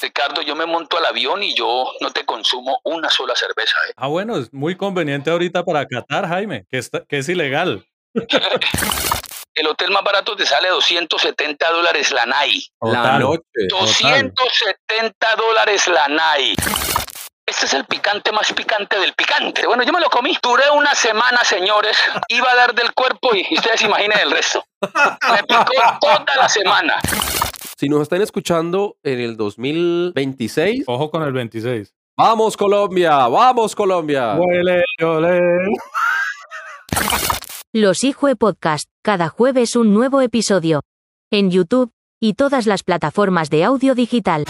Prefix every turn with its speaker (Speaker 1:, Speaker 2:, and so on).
Speaker 1: Ricardo, yo me monto al avión y yo no te consumo una sola cerveza. ¿eh?
Speaker 2: Ah, bueno, es muy conveniente ahorita para Qatar, Jaime, que, está, que es ilegal.
Speaker 1: El hotel más barato te sale 270 dólares la NAI.
Speaker 2: Total,
Speaker 1: 270 dólares la NAI. Este es el picante más picante del picante. Bueno, yo me lo comí. Duré una semana, señores. Iba a dar del cuerpo y ustedes imaginen el resto. Me picó toda la semana.
Speaker 3: Si nos están escuchando en el 2026,
Speaker 2: Ojo con el 26.
Speaker 3: vamos Colombia, vamos Colombia.
Speaker 2: Huele, ole.
Speaker 4: Los Hijue E Podcast, cada jueves un nuevo episodio. En YouTube, y todas las plataformas de audio digital.